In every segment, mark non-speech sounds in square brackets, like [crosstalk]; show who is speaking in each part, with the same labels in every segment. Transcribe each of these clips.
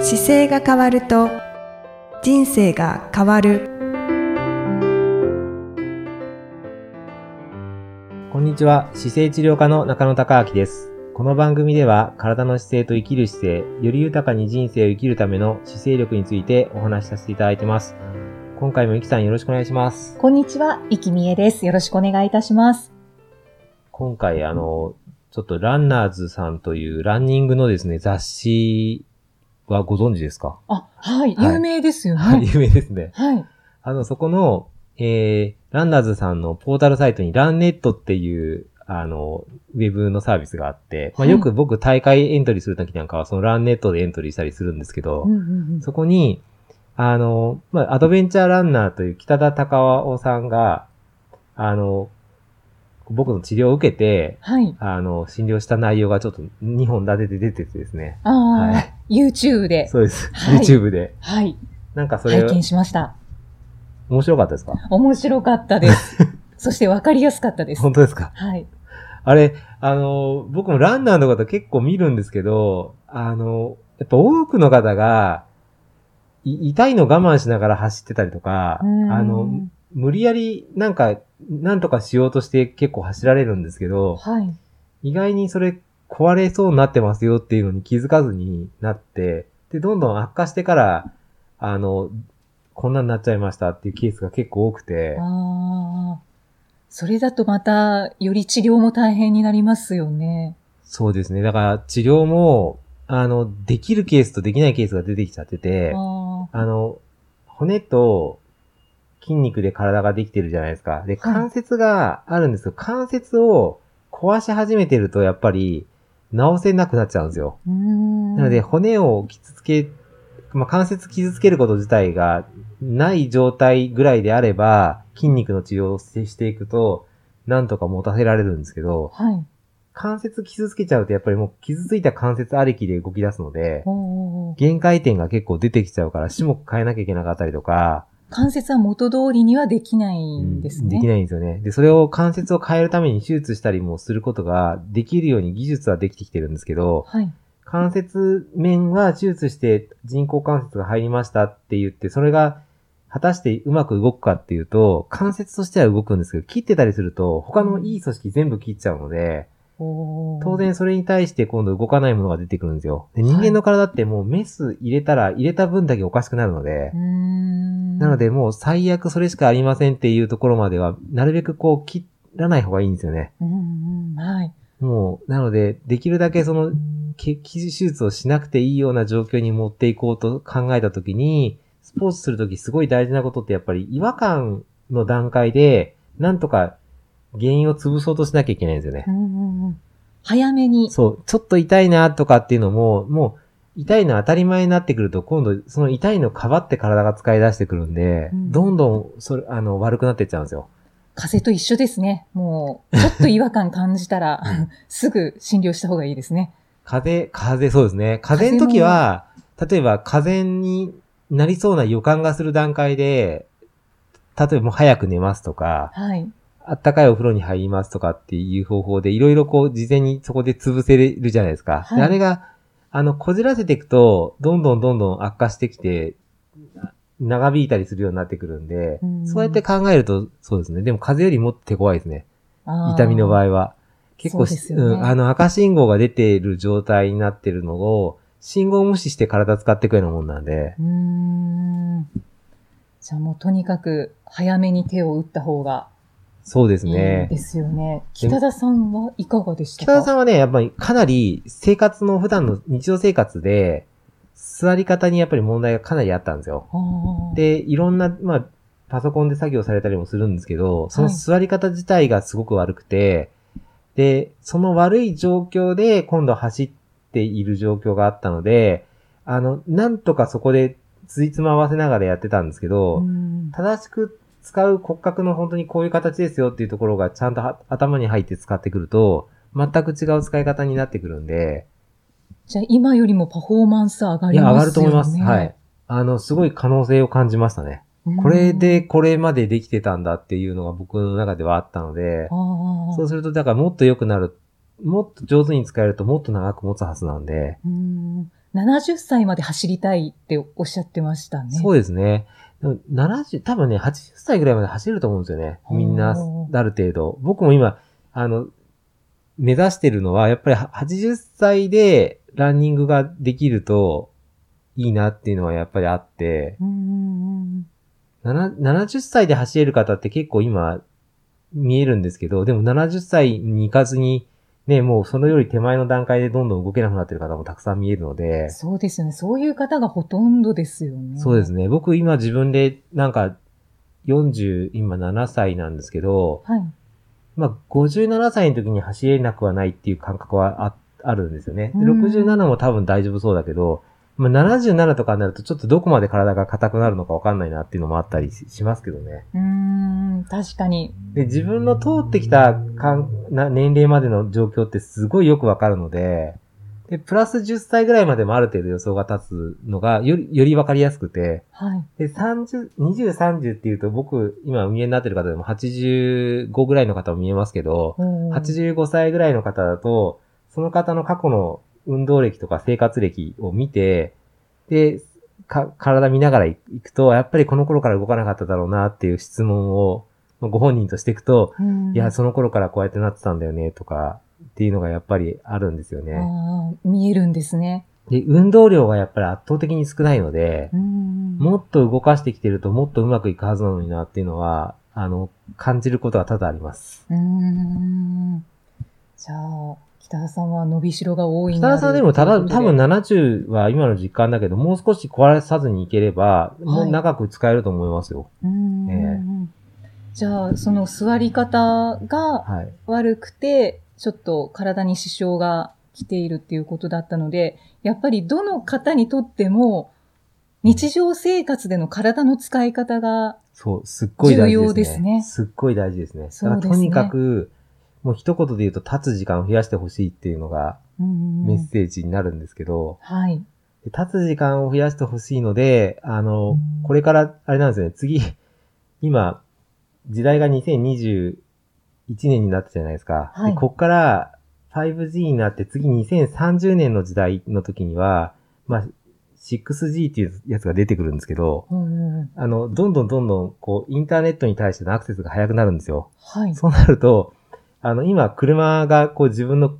Speaker 1: 姿勢が変わると人生が変わる
Speaker 2: こんにちは。姿勢治療科の中野隆明です。この番組では、体の姿勢と生きる姿勢、より豊かに人生を生きるための姿勢力についてお話しさせていただいてます。今回もゆきさんよろしくお願いします。
Speaker 3: こんにちは、いきみえです。よろしくお願いいたします。
Speaker 2: 今回、あの、ちょっとランナーズさんというランニングのですね、雑誌はご存知ですか、
Speaker 3: あ、はい、
Speaker 2: はい
Speaker 3: 有名ですよね。
Speaker 2: はい、 [laughs] 有名ですね。
Speaker 3: はい。
Speaker 2: あの、そこの、えー、ランナーズさんのポータルサイトにランネットっていう、あの、ウェブのサービスがあって、まあ、
Speaker 3: はい
Speaker 2: よく僕大会エントリーするときなんかは、そのランネットでエントリーしたりするんですけど、
Speaker 3: うんうんうん
Speaker 2: そこに、あの、まあ、アドベンチャーランナーという北田隆夫さんが、あの、僕の治療を受けて、
Speaker 3: はい。
Speaker 2: あの、診療した内容がちょっと2本立てて出ててですね。
Speaker 3: ああ、
Speaker 2: は
Speaker 3: YouTube で、
Speaker 2: そうです。
Speaker 3: はい
Speaker 2: YouTube で。
Speaker 3: はい、
Speaker 2: なんかそれ
Speaker 3: 拝、見しました。
Speaker 2: 面白かったですか
Speaker 3: 面白かったです。そして分かりやすかったです。
Speaker 2: 本当ですか
Speaker 3: はい。
Speaker 2: あれ、あの、僕もランナーの方結構見るんですけど、あの、やっぱ多くの方が、い痛いの我慢しながら走ってたりとか、あ
Speaker 3: うん
Speaker 2: の、無理やりなんか、なんとかしようとして結構走られるんですけど、
Speaker 3: はい。
Speaker 2: 意外にそれ壊れそうになってますよっていうのに気づかずになって、で、どんどん悪化してから、あの、こんなになっちゃいましたっていうケースが結構多くて、
Speaker 3: ああ、それだとまた、より治療も大変になりますよね。
Speaker 2: そうですね。だから治療も、あの、できるケースとできないケースが出てきちゃってて、
Speaker 3: あ
Speaker 2: あの、骨と筋肉で体ができてるじゃないですか。で、関節があるんですけど、関節を壊し始めてると、やっぱり、治せなくなっちゃうんですよ。
Speaker 3: あ、な
Speaker 2: なので、骨を傷つけ、まあ、関節傷つけること自体がない状態ぐらいであれば、筋肉の治療をしてしていくと、なんとか持たせられるんですけど、
Speaker 3: はい。
Speaker 2: 関節傷つけちゃうと、やっぱりもう傷ついた関節ありきで動き出すので
Speaker 3: お、ーおーおー
Speaker 2: 限界点が結構出てきちゃうから、種目変えなきゃいけなかったりとか、
Speaker 3: 関節は元通りにはできないんですね。
Speaker 2: できないんですよね。で、それを関節を変えるために手術したりもすることができるように技術はできてきてるんですけど、
Speaker 3: はい。
Speaker 2: 関節面は手術して人工関節が入りましたって言って、それが果たしてうまく動くかっていうと、関節としては動くんですけど、切ってたりすると、他のいい組織全部切っちゃうので、
Speaker 3: おー
Speaker 2: 当然それに対して今度動かないものが出てくるんですよ。で人間の体ってもうメス入れたら入れた分だけおかしくなるので
Speaker 3: うー、ん
Speaker 2: なのでもう最悪それしかありませんっていうところまでは、なるべくこう切らない方がいいんですよね。
Speaker 3: うんうん、はい。
Speaker 2: もう、なので、できるだけその、け手術をしなくていいような状況に持っていこうと考えたときに、スポーツするときすごい大事なことってやっぱり違和感の段階で、なんとか原因を潰そうとしなきゃいけないんですよね。
Speaker 3: うんうんうん早めに。
Speaker 2: そう、ちょっと痛いなとかっていうのも、もう、痛いの当たり前になってくると、今度、その痛いのかばって体が使い出してくるんで、
Speaker 3: うん
Speaker 2: どんどん、それ、あの、悪くなってっちゃうんですよ。
Speaker 3: 風邪と一緒ですね。もう、ちょっと違和感感じたら、すぐ診療した方がいいですね。
Speaker 2: 風邪、風邪、そうですね。風邪の時は、例えば、風邪になりそうな予感がする段階で、例えばもう早く寝ますとか、
Speaker 3: はい。
Speaker 2: あったかいお風呂に入りますとかっていう方法で、いろいろこう、事前にそこで潰せれるじゃないですか。
Speaker 3: はい
Speaker 2: であれが、あの、こじらせていくと、どんどんどんどん悪化してきて、な長引いたりするようになってくるんで、
Speaker 3: うん
Speaker 2: そうやって考えると、そうですね。でも風邪よりもっと手強いですね。痛
Speaker 3: 痛
Speaker 2: みの場
Speaker 3: 合。
Speaker 2: 合は。結構
Speaker 3: そうです
Speaker 2: う、
Speaker 3: よね
Speaker 2: ん、あの、赤信号が出ている状態になってるのを、信号を無視して体使っていくようなもんなんで、
Speaker 3: うーん。じゃあもうとにかく、早めに手を打った方が
Speaker 2: そうです
Speaker 3: いい
Speaker 2: ね。
Speaker 3: ですよね。北田さんはいかがでしたか
Speaker 2: 北田さんはね、やっぱりかなり生活の普段の日常生活で、座り方にやっぱり問題がかなりあったんですよ。
Speaker 3: ん
Speaker 2: で、いろんな、まあ、パソコンで作業されたりもするんですけど、その
Speaker 3: はい
Speaker 2: 座り方自体がすごく悪くて、で、その悪い状況で今度走っている状況があったので、あの、なんとかそこでついつま合わせながらやってたんですけど、
Speaker 3: うん
Speaker 2: 正しく使う骨格の本当にこういう形ですよっていうところがちゃんとは頭に入って使ってくると、全く違う使い方になってくるんで、
Speaker 3: じゃあ今よりもパフォーマンス上が
Speaker 2: い
Speaker 3: りますよね。
Speaker 2: や、上がると思います。はい。あの、すごい可能性を感じましたね。
Speaker 3: うん。
Speaker 2: これでこれまでできてたんだっていうのが僕の中ではあったので
Speaker 3: あ、ー、
Speaker 2: そうすると、だからもっと良くなる、もっと上手に使えるともっと長く持つはずなんで、
Speaker 3: うーん70歳まで走りたいっておっしゃってましたね。
Speaker 2: そうですね。でも70、多分ね、80歳ぐらいまで走れると思うんですよね。みんな
Speaker 3: お、
Speaker 2: ある程度。僕も今、あの、目指してるのは、やっぱりは80歳でランニングができるといいなっていうのはやっぱりあって、
Speaker 3: うんうんうん
Speaker 2: なな70歳で走れる方って結構今見えるんですけど、でも70歳に行かずに、ね、もうそのより手前の段階でどんどん動けなくなってる方もたくさん見えるので、
Speaker 3: そうですよね。そういう方がほとんどですよね。
Speaker 2: そうです
Speaker 3: ね。
Speaker 2: ね。僕今自分でなんか40、今7歳なんですけど、
Speaker 3: はい。
Speaker 2: まあ57歳の時に走れなくはないっていう感覚はああるんですよね。で
Speaker 3: うん
Speaker 2: 67も多分大丈夫そうだけど、まあ77とかになるとちょっとどこまで体が硬くなるのかわかんないなっていうのもあったりししますけどね。
Speaker 3: うーん、確かに。
Speaker 2: で、自分の通ってきたかんな年齢までの状況ってすごいよくわかるので、で、プラス10歳ぐらいまでもある程度予想が立つのがより、よりわかりやすくて、
Speaker 3: はい。
Speaker 2: で、30、20、30っていうと、僕、今、お見えになってる方でも85ぐらいの方も見えますけど、
Speaker 3: おー
Speaker 2: 85歳ぐらいの方だと、その方の過去の運動歴とか生活歴を見て、で、か、体見ながら行くと、やっぱりこの頃から動かなかっただろうなっていう質問を、ご本人としていくと、
Speaker 3: うん
Speaker 2: いや、その頃からこうやってなってたんだよね、とか、っていうのがやっぱりあるんですよね。
Speaker 3: あー見えるんですね。
Speaker 2: で、運動量がやっぱり圧倒的に少ないので、
Speaker 3: うん
Speaker 2: もっと動かしてきてるともっとうまくいくはずなのになっていうのは、あの、感じることは多々あります。
Speaker 3: うーん。じゃあ、北田さんは伸びしろが多い
Speaker 2: 北田さんでもただ、多分70は今の実感だけど、もう少し壊さずにいければ、もう長く使えると思いますよ。
Speaker 3: うんうんうんじゃあ、その座り方が
Speaker 2: はい。
Speaker 3: 悪くて、ちょっと体に支障が来ているっていうことだったので、やっぱりどの方にとっても、日常生活での体の使い方が、
Speaker 2: そう、すっごい大
Speaker 3: 重
Speaker 2: 事
Speaker 3: 要
Speaker 2: で
Speaker 3: ですす
Speaker 2: ね。
Speaker 3: ね
Speaker 2: すっごい大事ですね。
Speaker 3: そうですね
Speaker 2: だからとにかく、もう一言で言うと立つ時間を増やしてほしいっていうのが
Speaker 3: うん
Speaker 2: メッセージになるんですけど、
Speaker 3: はい。
Speaker 2: で立つ時間を増やしてほしいので、あの、これから、あれなんですよね、次、 [laughs] 今、時代が2021年になったじゃないですか。
Speaker 3: はい
Speaker 2: でこっから 5G になって次2030年の時代の時には、まあ、6G っていうやつが出てくるんですけど、
Speaker 3: うんうん
Speaker 2: あの、どんどんどんどん、こう、インターネットに対してのアクセスが早くなるんですよ。
Speaker 3: はい。
Speaker 2: そうなると、あの、今、車が、こう、自分の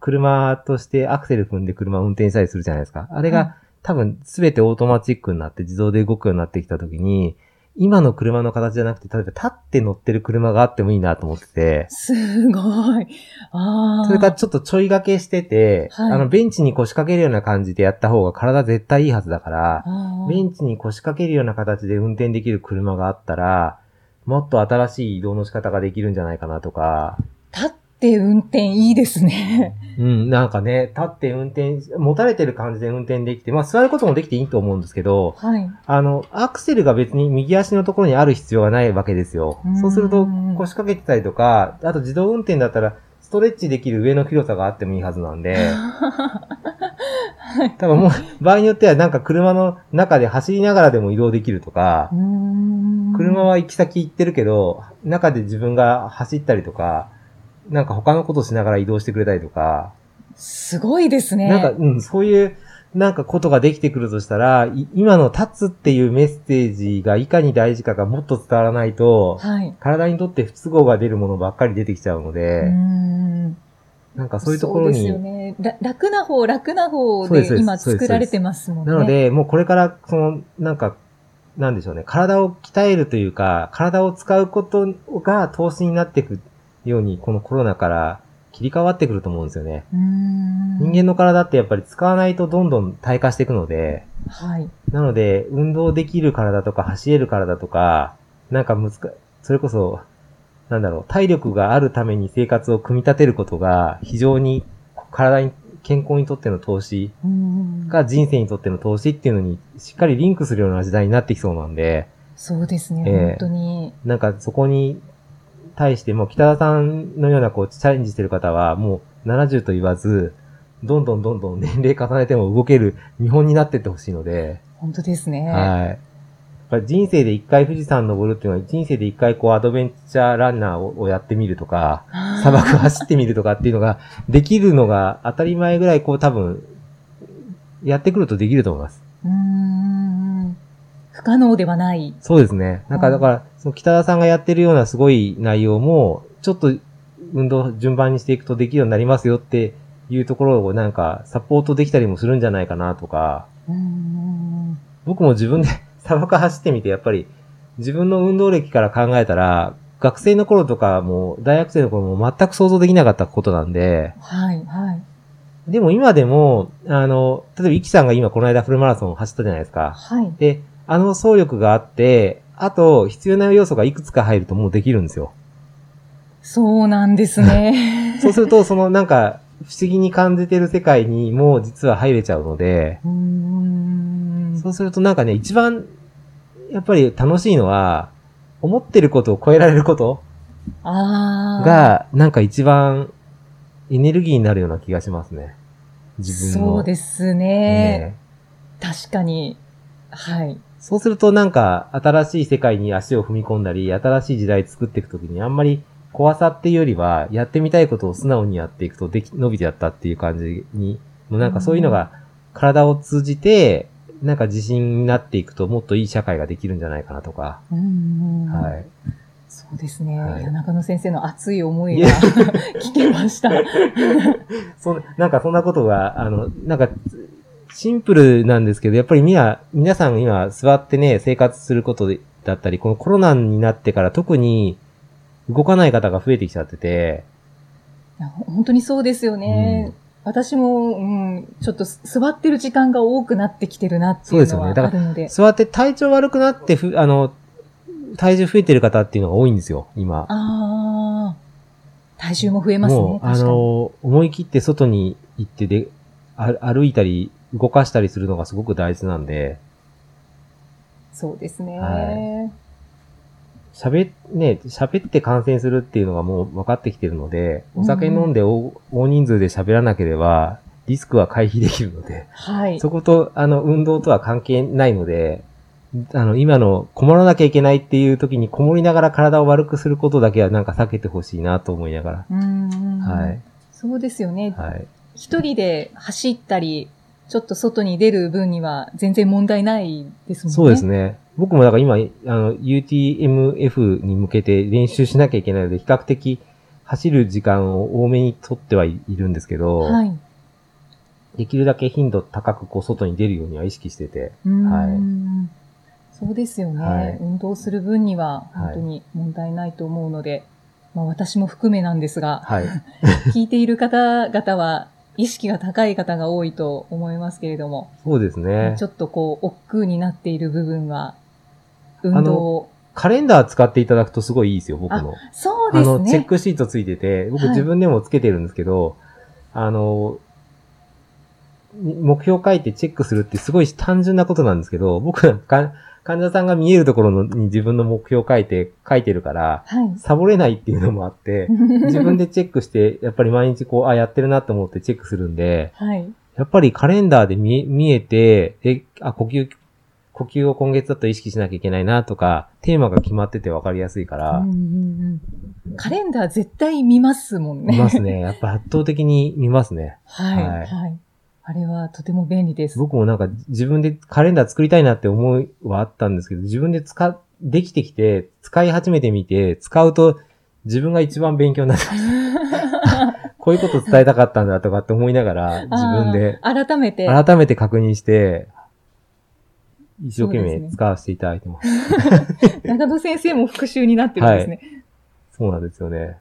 Speaker 2: 車としてアクセル踏んで車を運転したりするじゃないですか。あれ
Speaker 3: うん
Speaker 2: が、多分、すべてオートマチックになって自動で動くようになってきたときに、今の車の形じゃなくて、例えば立って乗ってる車があってもいいなと思ってて、
Speaker 3: すごい。ああ。
Speaker 2: それからちょっとちょい掛けしてて、
Speaker 3: はい
Speaker 2: あの、ベンチに腰掛けるような感じでやった方が体絶対いいはずだから、
Speaker 3: あー
Speaker 2: ベンチに腰掛けるような形で運転できる車があったら、もっと新しい移動の仕方ができるんじゃないかなとか、
Speaker 3: 立って運転いいですね。
Speaker 2: うん、なんかね、立って運転、持たれてる感じで運転できて、まあ座ることもできていいと思うんですけど、
Speaker 3: はい。
Speaker 2: あの、アクセルが別に右足のところにある必要がないわけですよ
Speaker 3: う。ん
Speaker 2: そうすると腰掛けてたりとか、あと自動運転だったらストレッチできる上の広さがあってもいいはずな
Speaker 3: [laughs]
Speaker 2: んで、多分もう場合によってはなんか車の中で走りながらでも移動できるとか
Speaker 3: う、ーん
Speaker 2: 車は行き先行ってるけど、中で自分が走ったりとか、なんか他のことしながら移動してくれたりとか、
Speaker 3: すごいですね。
Speaker 2: なんか、うん、そういう、なんかことができてくるとしたら、い今の立つっていうメッセージがいかに大事かがもっと伝わらないと、
Speaker 3: はい。
Speaker 2: 体にとって不都合が出るものばっかり出てきちゃうの
Speaker 3: う
Speaker 2: で、
Speaker 3: ーん
Speaker 2: なんかそういうところ
Speaker 3: そう
Speaker 2: に、
Speaker 3: ですよね。ら楽な方、楽な方
Speaker 2: そうですそう
Speaker 3: で
Speaker 2: です
Speaker 3: 今作られてますもんね。
Speaker 2: なの、で、もうこれから、その、なんか、なんでしょうね、体を鍛えるというか、体を使うことが投資になっていくように、このコロナから切り替わってくると思うんですよね。人間
Speaker 3: 人
Speaker 2: の体ってやっぱり使わないとどんどん退化していくので、
Speaker 3: 間。はい。
Speaker 2: なので、運動できる体とか走れる体とか、なんか難、それこそ、なんだろう、体力があるために生活を組み立てることが、非常に体に、健康にとっての投資
Speaker 3: うーん
Speaker 2: が人生にとっての投資っていうのに、しっかりリンクするような時代になってきそうなんで、
Speaker 3: そうですね、
Speaker 2: ええ
Speaker 3: 本当に。
Speaker 2: なんかそこに対してもう北田さんのようなこうチャレンジしてる方はもう70と言わず、どんどんどんどん年齢重ねても動ける見本になってってほしいので、
Speaker 3: 本当ですね。
Speaker 2: はい。やっぱり人生で一回富士山登るっていうのは、人生で一回こうアドベンチャーランナーををやってみるとか、
Speaker 3: あー
Speaker 2: 砂漠走ってみるとかっていうのができるのが当たり前ぐらいこう多分、やってくるとできると思います。
Speaker 3: うーん。不可能ではない。
Speaker 2: そうですね。なんか、
Speaker 3: うん
Speaker 2: だから、その北田さんがやってるようなすごい内容も、ちょっと運動順番にしていくとできるようになりますよっていうところをなんか、サポートできたりもするんじゃないかなとか、
Speaker 3: うーん。
Speaker 2: 僕も自分で [laughs] 砂漠走ってみて、やっぱり、自分の運動歴から考えたら、学生の頃とかも、大学生の頃も全く想像できなかったことなんで、
Speaker 3: はい、はい。
Speaker 2: でも今でも、あの、例えば、イキさんが今この間フルマラソンを走ったじゃないですか。
Speaker 3: はい。
Speaker 2: で、あの走力があって、あと必要な要素がいくつか入るともうできるんですよ。
Speaker 3: そうなんです
Speaker 2: [laughs]
Speaker 3: ね。
Speaker 2: そうすると、そのなんか、不思議に感じてる世界にも実は入れちゃうので、
Speaker 3: うーん。
Speaker 2: そうするとなんかね、一番、やっぱり楽しいのは、思ってることを超えられること
Speaker 3: ああ。、
Speaker 2: が、なんか一番エネルギーになるような気がしますね。自分の。
Speaker 3: そうですね。確かに。はい。
Speaker 2: そうするとなんか新しい世界に足を踏み込んだり、新しい時代作っていくときにあんまり怖さっていうよりは、やってみたいことを素直にやっていくとでき、伸びてやったっていう感じに、もうなんかそういうのが体を通じて、なんか自信になっていくともっといい社会ができるんじゃないかなとか。
Speaker 3: うんうんうん
Speaker 2: はい。
Speaker 3: そうですね。
Speaker 2: はい
Speaker 3: いや中野先生の熱い思い
Speaker 2: い
Speaker 3: が
Speaker 2: や
Speaker 3: [laughs] 聞けました。
Speaker 2: そんなんかそんなことが、あの、なんか、シンプルなんですけど、やっぱりみな、皆さん今座ってね、生活することでだったり、このコロナになってから特に動かない方が増えてきちゃってて、
Speaker 3: いやほ本当にそうですよね。
Speaker 2: うん
Speaker 3: 私も、うん、ちょっとす座ってる時間が多くなってきてるなってい
Speaker 2: そう
Speaker 3: う
Speaker 2: です
Speaker 3: の
Speaker 2: よ
Speaker 3: は
Speaker 2: ね
Speaker 3: あ
Speaker 2: だか
Speaker 3: るので。
Speaker 2: 座って体調悪くなってふ、あの、体重増えてる方っていうのが多いんですよ、今。
Speaker 3: ああ、体重も増えます
Speaker 2: も
Speaker 3: ね。
Speaker 2: う、あ
Speaker 3: 確かに。
Speaker 2: の、思い切って外に行ってで、あ歩いたり、動かしたりするのがすごく大事なんで、
Speaker 3: そうですね。
Speaker 2: は喋、ね、喋って感染するっていうのがもう分かってきてるので、お酒飲んで大,、大人数で喋らなければ、リスクは回避できるので、
Speaker 3: はい。
Speaker 2: そこと、あの、運動とは関係ないので、あの、今の、こもらなきゃいけないっていう時に、こもりながら体を悪くすることだけはなんか避けてほしいなと思いながら。
Speaker 3: うんうんうん
Speaker 2: はい。
Speaker 3: そうですよね。
Speaker 2: はい。
Speaker 3: 一人で走ったり、ちょっと外に出る分には全然問題ないですもんね。
Speaker 2: そうですね。僕もだから今、あの、UTMF に向けて練習しなきゃいけないので、比較的走る時間を多めに取ってはいいるんですけど、
Speaker 3: はい。
Speaker 2: できるだけ頻度高くこう外に出るようには意識してて、
Speaker 3: うんそうですよね、
Speaker 2: はい
Speaker 3: 運動する分には本当に問題ないと思うので、まあ、私も含めなんです
Speaker 2: [laughs]
Speaker 3: が、 [laughs]
Speaker 2: はい。
Speaker 3: 聞いている方々は意識が高い方が多いと思いますけれども、
Speaker 2: そうですね
Speaker 3: ち。ょっとこう、億劫になっている部分は、運動を、
Speaker 2: カレンダー使っていただくとすごいいいですよ、僕の。
Speaker 3: そう
Speaker 2: あ
Speaker 3: です
Speaker 2: の、チェッ
Speaker 3: ね。
Speaker 2: クシートついてて、僕
Speaker 3: はい
Speaker 2: 自分でもつけてるんですけど、あの、目標書いてチェックするってすごい単純なことなんですけど、僕なんか患者さんが見えるところのに自分の目標書いて、書いてるから、
Speaker 3: はい。
Speaker 2: サボれないっていうのもあって、自分でチェックして、やっぱり毎日こう、あ、やってるなと思ってチェックするんで、
Speaker 3: [laughs] はい。
Speaker 2: やっぱりカレンダーで見え見えて、え、あ、呼吸、呼吸を今月だと意識しなきゃいけないなとか、テーマが決まってて分かりやすいから、
Speaker 3: うんうんうんカレンダー絶対見ますもんね。
Speaker 2: 見ま
Speaker 3: [laughs]
Speaker 2: すね。やっぱ圧倒的に見ますね。
Speaker 3: はい、
Speaker 2: は
Speaker 3: はいい。あれはとても便利です。 [laughs]
Speaker 2: 僕もなんか自分でカレンダー作りたいなって思いはあったんですけど、自分で使っ、できてきて、使い始めてみて、使うと自分が一番勉強になった。 [laughs] こういうこと伝えたかったんだとかって思いながら、自分で
Speaker 3: あー改めて。
Speaker 2: 改めて確認して、一生懸
Speaker 3: そうです
Speaker 2: 命
Speaker 3: ね
Speaker 2: 使わせていただいてます。 [laughs]
Speaker 3: 中野先生も復習になってるんですね。
Speaker 2: そうなんですよね。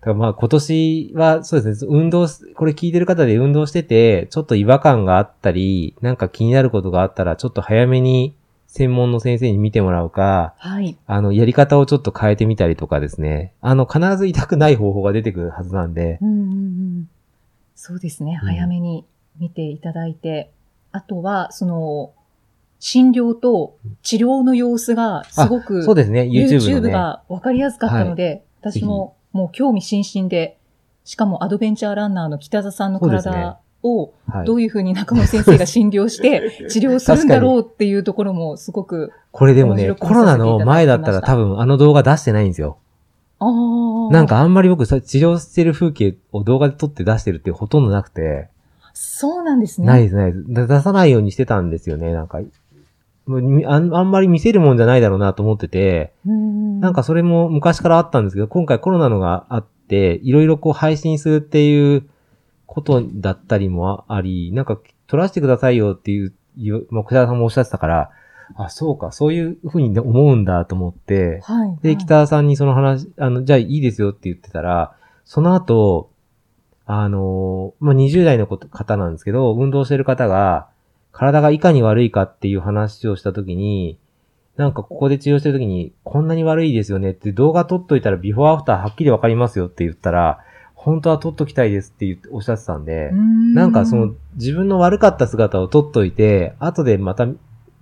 Speaker 2: だからまあ今年はそうですね、運動し、これ聞いてる方で運動してて、ちょっと違和感があったり、なんか気になることがあったら、ちょっと早めに専門の先生に見てもらうか、
Speaker 3: はい。
Speaker 2: あの、やり方をちょっと変えてみたりとかですね。あの、必ず痛くない方法が出てくるはずなんで、
Speaker 3: うんうんうんそうですね。
Speaker 2: うん
Speaker 3: 早めに見ていただいて、あとは、その、診療と治療の様子がすごく、
Speaker 2: そうですね、YouTube
Speaker 3: YouTube
Speaker 2: のね。
Speaker 3: がわかりやすかったので、
Speaker 2: い
Speaker 3: 私ももう興味津々で、しかもアドベンチャーランナーの北田さんの
Speaker 2: そうですね
Speaker 3: 体を、
Speaker 2: はい
Speaker 3: ど。ういうふうに中野先生が診療
Speaker 2: [laughs]
Speaker 3: して治療するんだろうっていうところもすごく、
Speaker 2: これでもね、
Speaker 3: 面白く
Speaker 2: コロナの前だった
Speaker 3: 見
Speaker 2: ら
Speaker 3: させて
Speaker 2: 多
Speaker 3: い
Speaker 2: 分あの動画出してないんですよ。
Speaker 3: ああ。
Speaker 2: なんかあんまり僕、それ治療してる風景を動画で撮って出してるってほとんどなくて、
Speaker 3: そうなんですね。
Speaker 2: ないです、ないです。だ出さないようにしてたんですよね、なんか。もうにあんあんまり見せるもんじゃないだろうなと思ってて、
Speaker 3: な
Speaker 2: なんか、それも昔からあったんですけど、今回コロナのがあって、いろいろこう配信するっていうことだったりもあり、なんか撮らせてくださいよっていう、いうまあ、小田さんもおっしゃってたから、あ、そうか、そういうふうに思うんだと思って、
Speaker 3: はい。
Speaker 2: で、北田さんにその話、あの、じゃあいいですよって言ってたら、その後、あのーまあ、20代のこと方なんですけど、運動してる方が、体がいかに悪いかっていう話をしたときに、なんかここで治療してるときに、こんなに悪いですよねって動画撮っといたらビフォーアフターはっきりわかりますよって言ったら、本当は撮っときたいですって言っておっしゃってたんで、
Speaker 3: な
Speaker 2: なんかその、自分の悪かった姿を撮っといて、後でまた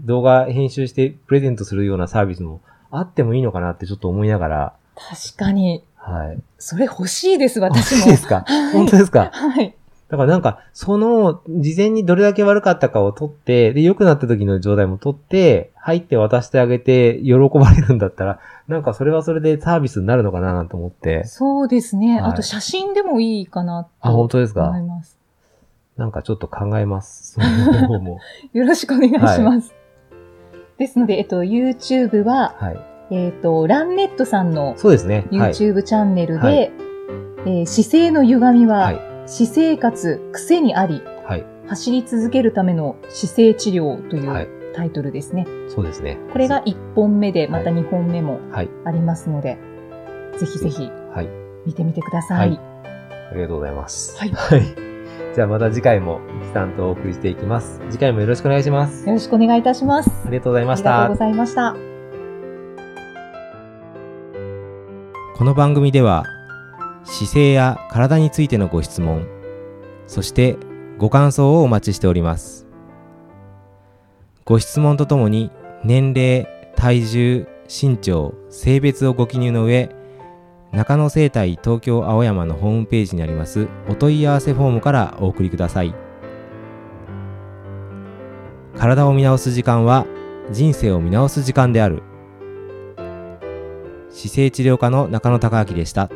Speaker 2: 動画編集してプレゼントするようなサービスもあってもいいのかなってちょっと思いながら、
Speaker 3: 確かに、
Speaker 2: はい。
Speaker 3: それ欲しいです、私
Speaker 2: 欲しい
Speaker 3: も
Speaker 2: で。すか [laughs] 本当ですか
Speaker 3: はい。
Speaker 2: だからなんか、その、事前にどれだけ悪かったかを撮って、で、良くなった時の状態も撮って、入って渡してあげて、喜ばれるんだったら、なんかそれはそれでサービスになるのかななんて思って。
Speaker 3: そうですね。
Speaker 2: はい
Speaker 3: あと写真でもいいかな
Speaker 2: あ、本
Speaker 3: と
Speaker 2: 当ですか
Speaker 3: 思います。
Speaker 2: なんかちょっと考えます。その方も。 [laughs]
Speaker 3: よろしくお願いします。ですので、えっと、YouTube は、
Speaker 2: はい。
Speaker 3: えっと、ランネットさんの
Speaker 2: そうですね。はい。
Speaker 3: YouTube チャンネルで、
Speaker 2: はい
Speaker 3: えー姿勢の歪みは、
Speaker 2: はい。
Speaker 3: 私生活癖にあり、
Speaker 2: はい。
Speaker 3: 走り続けるための姿勢治療とい
Speaker 2: はいう
Speaker 3: タイトルですね。
Speaker 2: そうですね。
Speaker 3: これが、1本目で、また2本目も
Speaker 2: はい。
Speaker 3: ありますので、ぜひぜひ
Speaker 2: はい。
Speaker 3: 見てみてください。
Speaker 2: はいありがとうございます。
Speaker 3: はい
Speaker 2: じゃあまた次回も、きさんとお送りしていきます。次回もよろしくお願いします。
Speaker 3: よろしくお願いいたします。
Speaker 2: ありがとうござい
Speaker 3: あ
Speaker 2: ま
Speaker 3: り
Speaker 2: し
Speaker 3: がとう
Speaker 2: た
Speaker 3: ご。ざいました。
Speaker 2: この番組では姿勢や体についてのご質問そしてご感想をお待ちしておりますご質問とともに年齢体重身長性別をご記入の上中野生態東京青山のホームページにありますお問い合わせフォームからお送りください体を見直す時間は人生を見直す時間である姿勢治療科の中野孝明でした。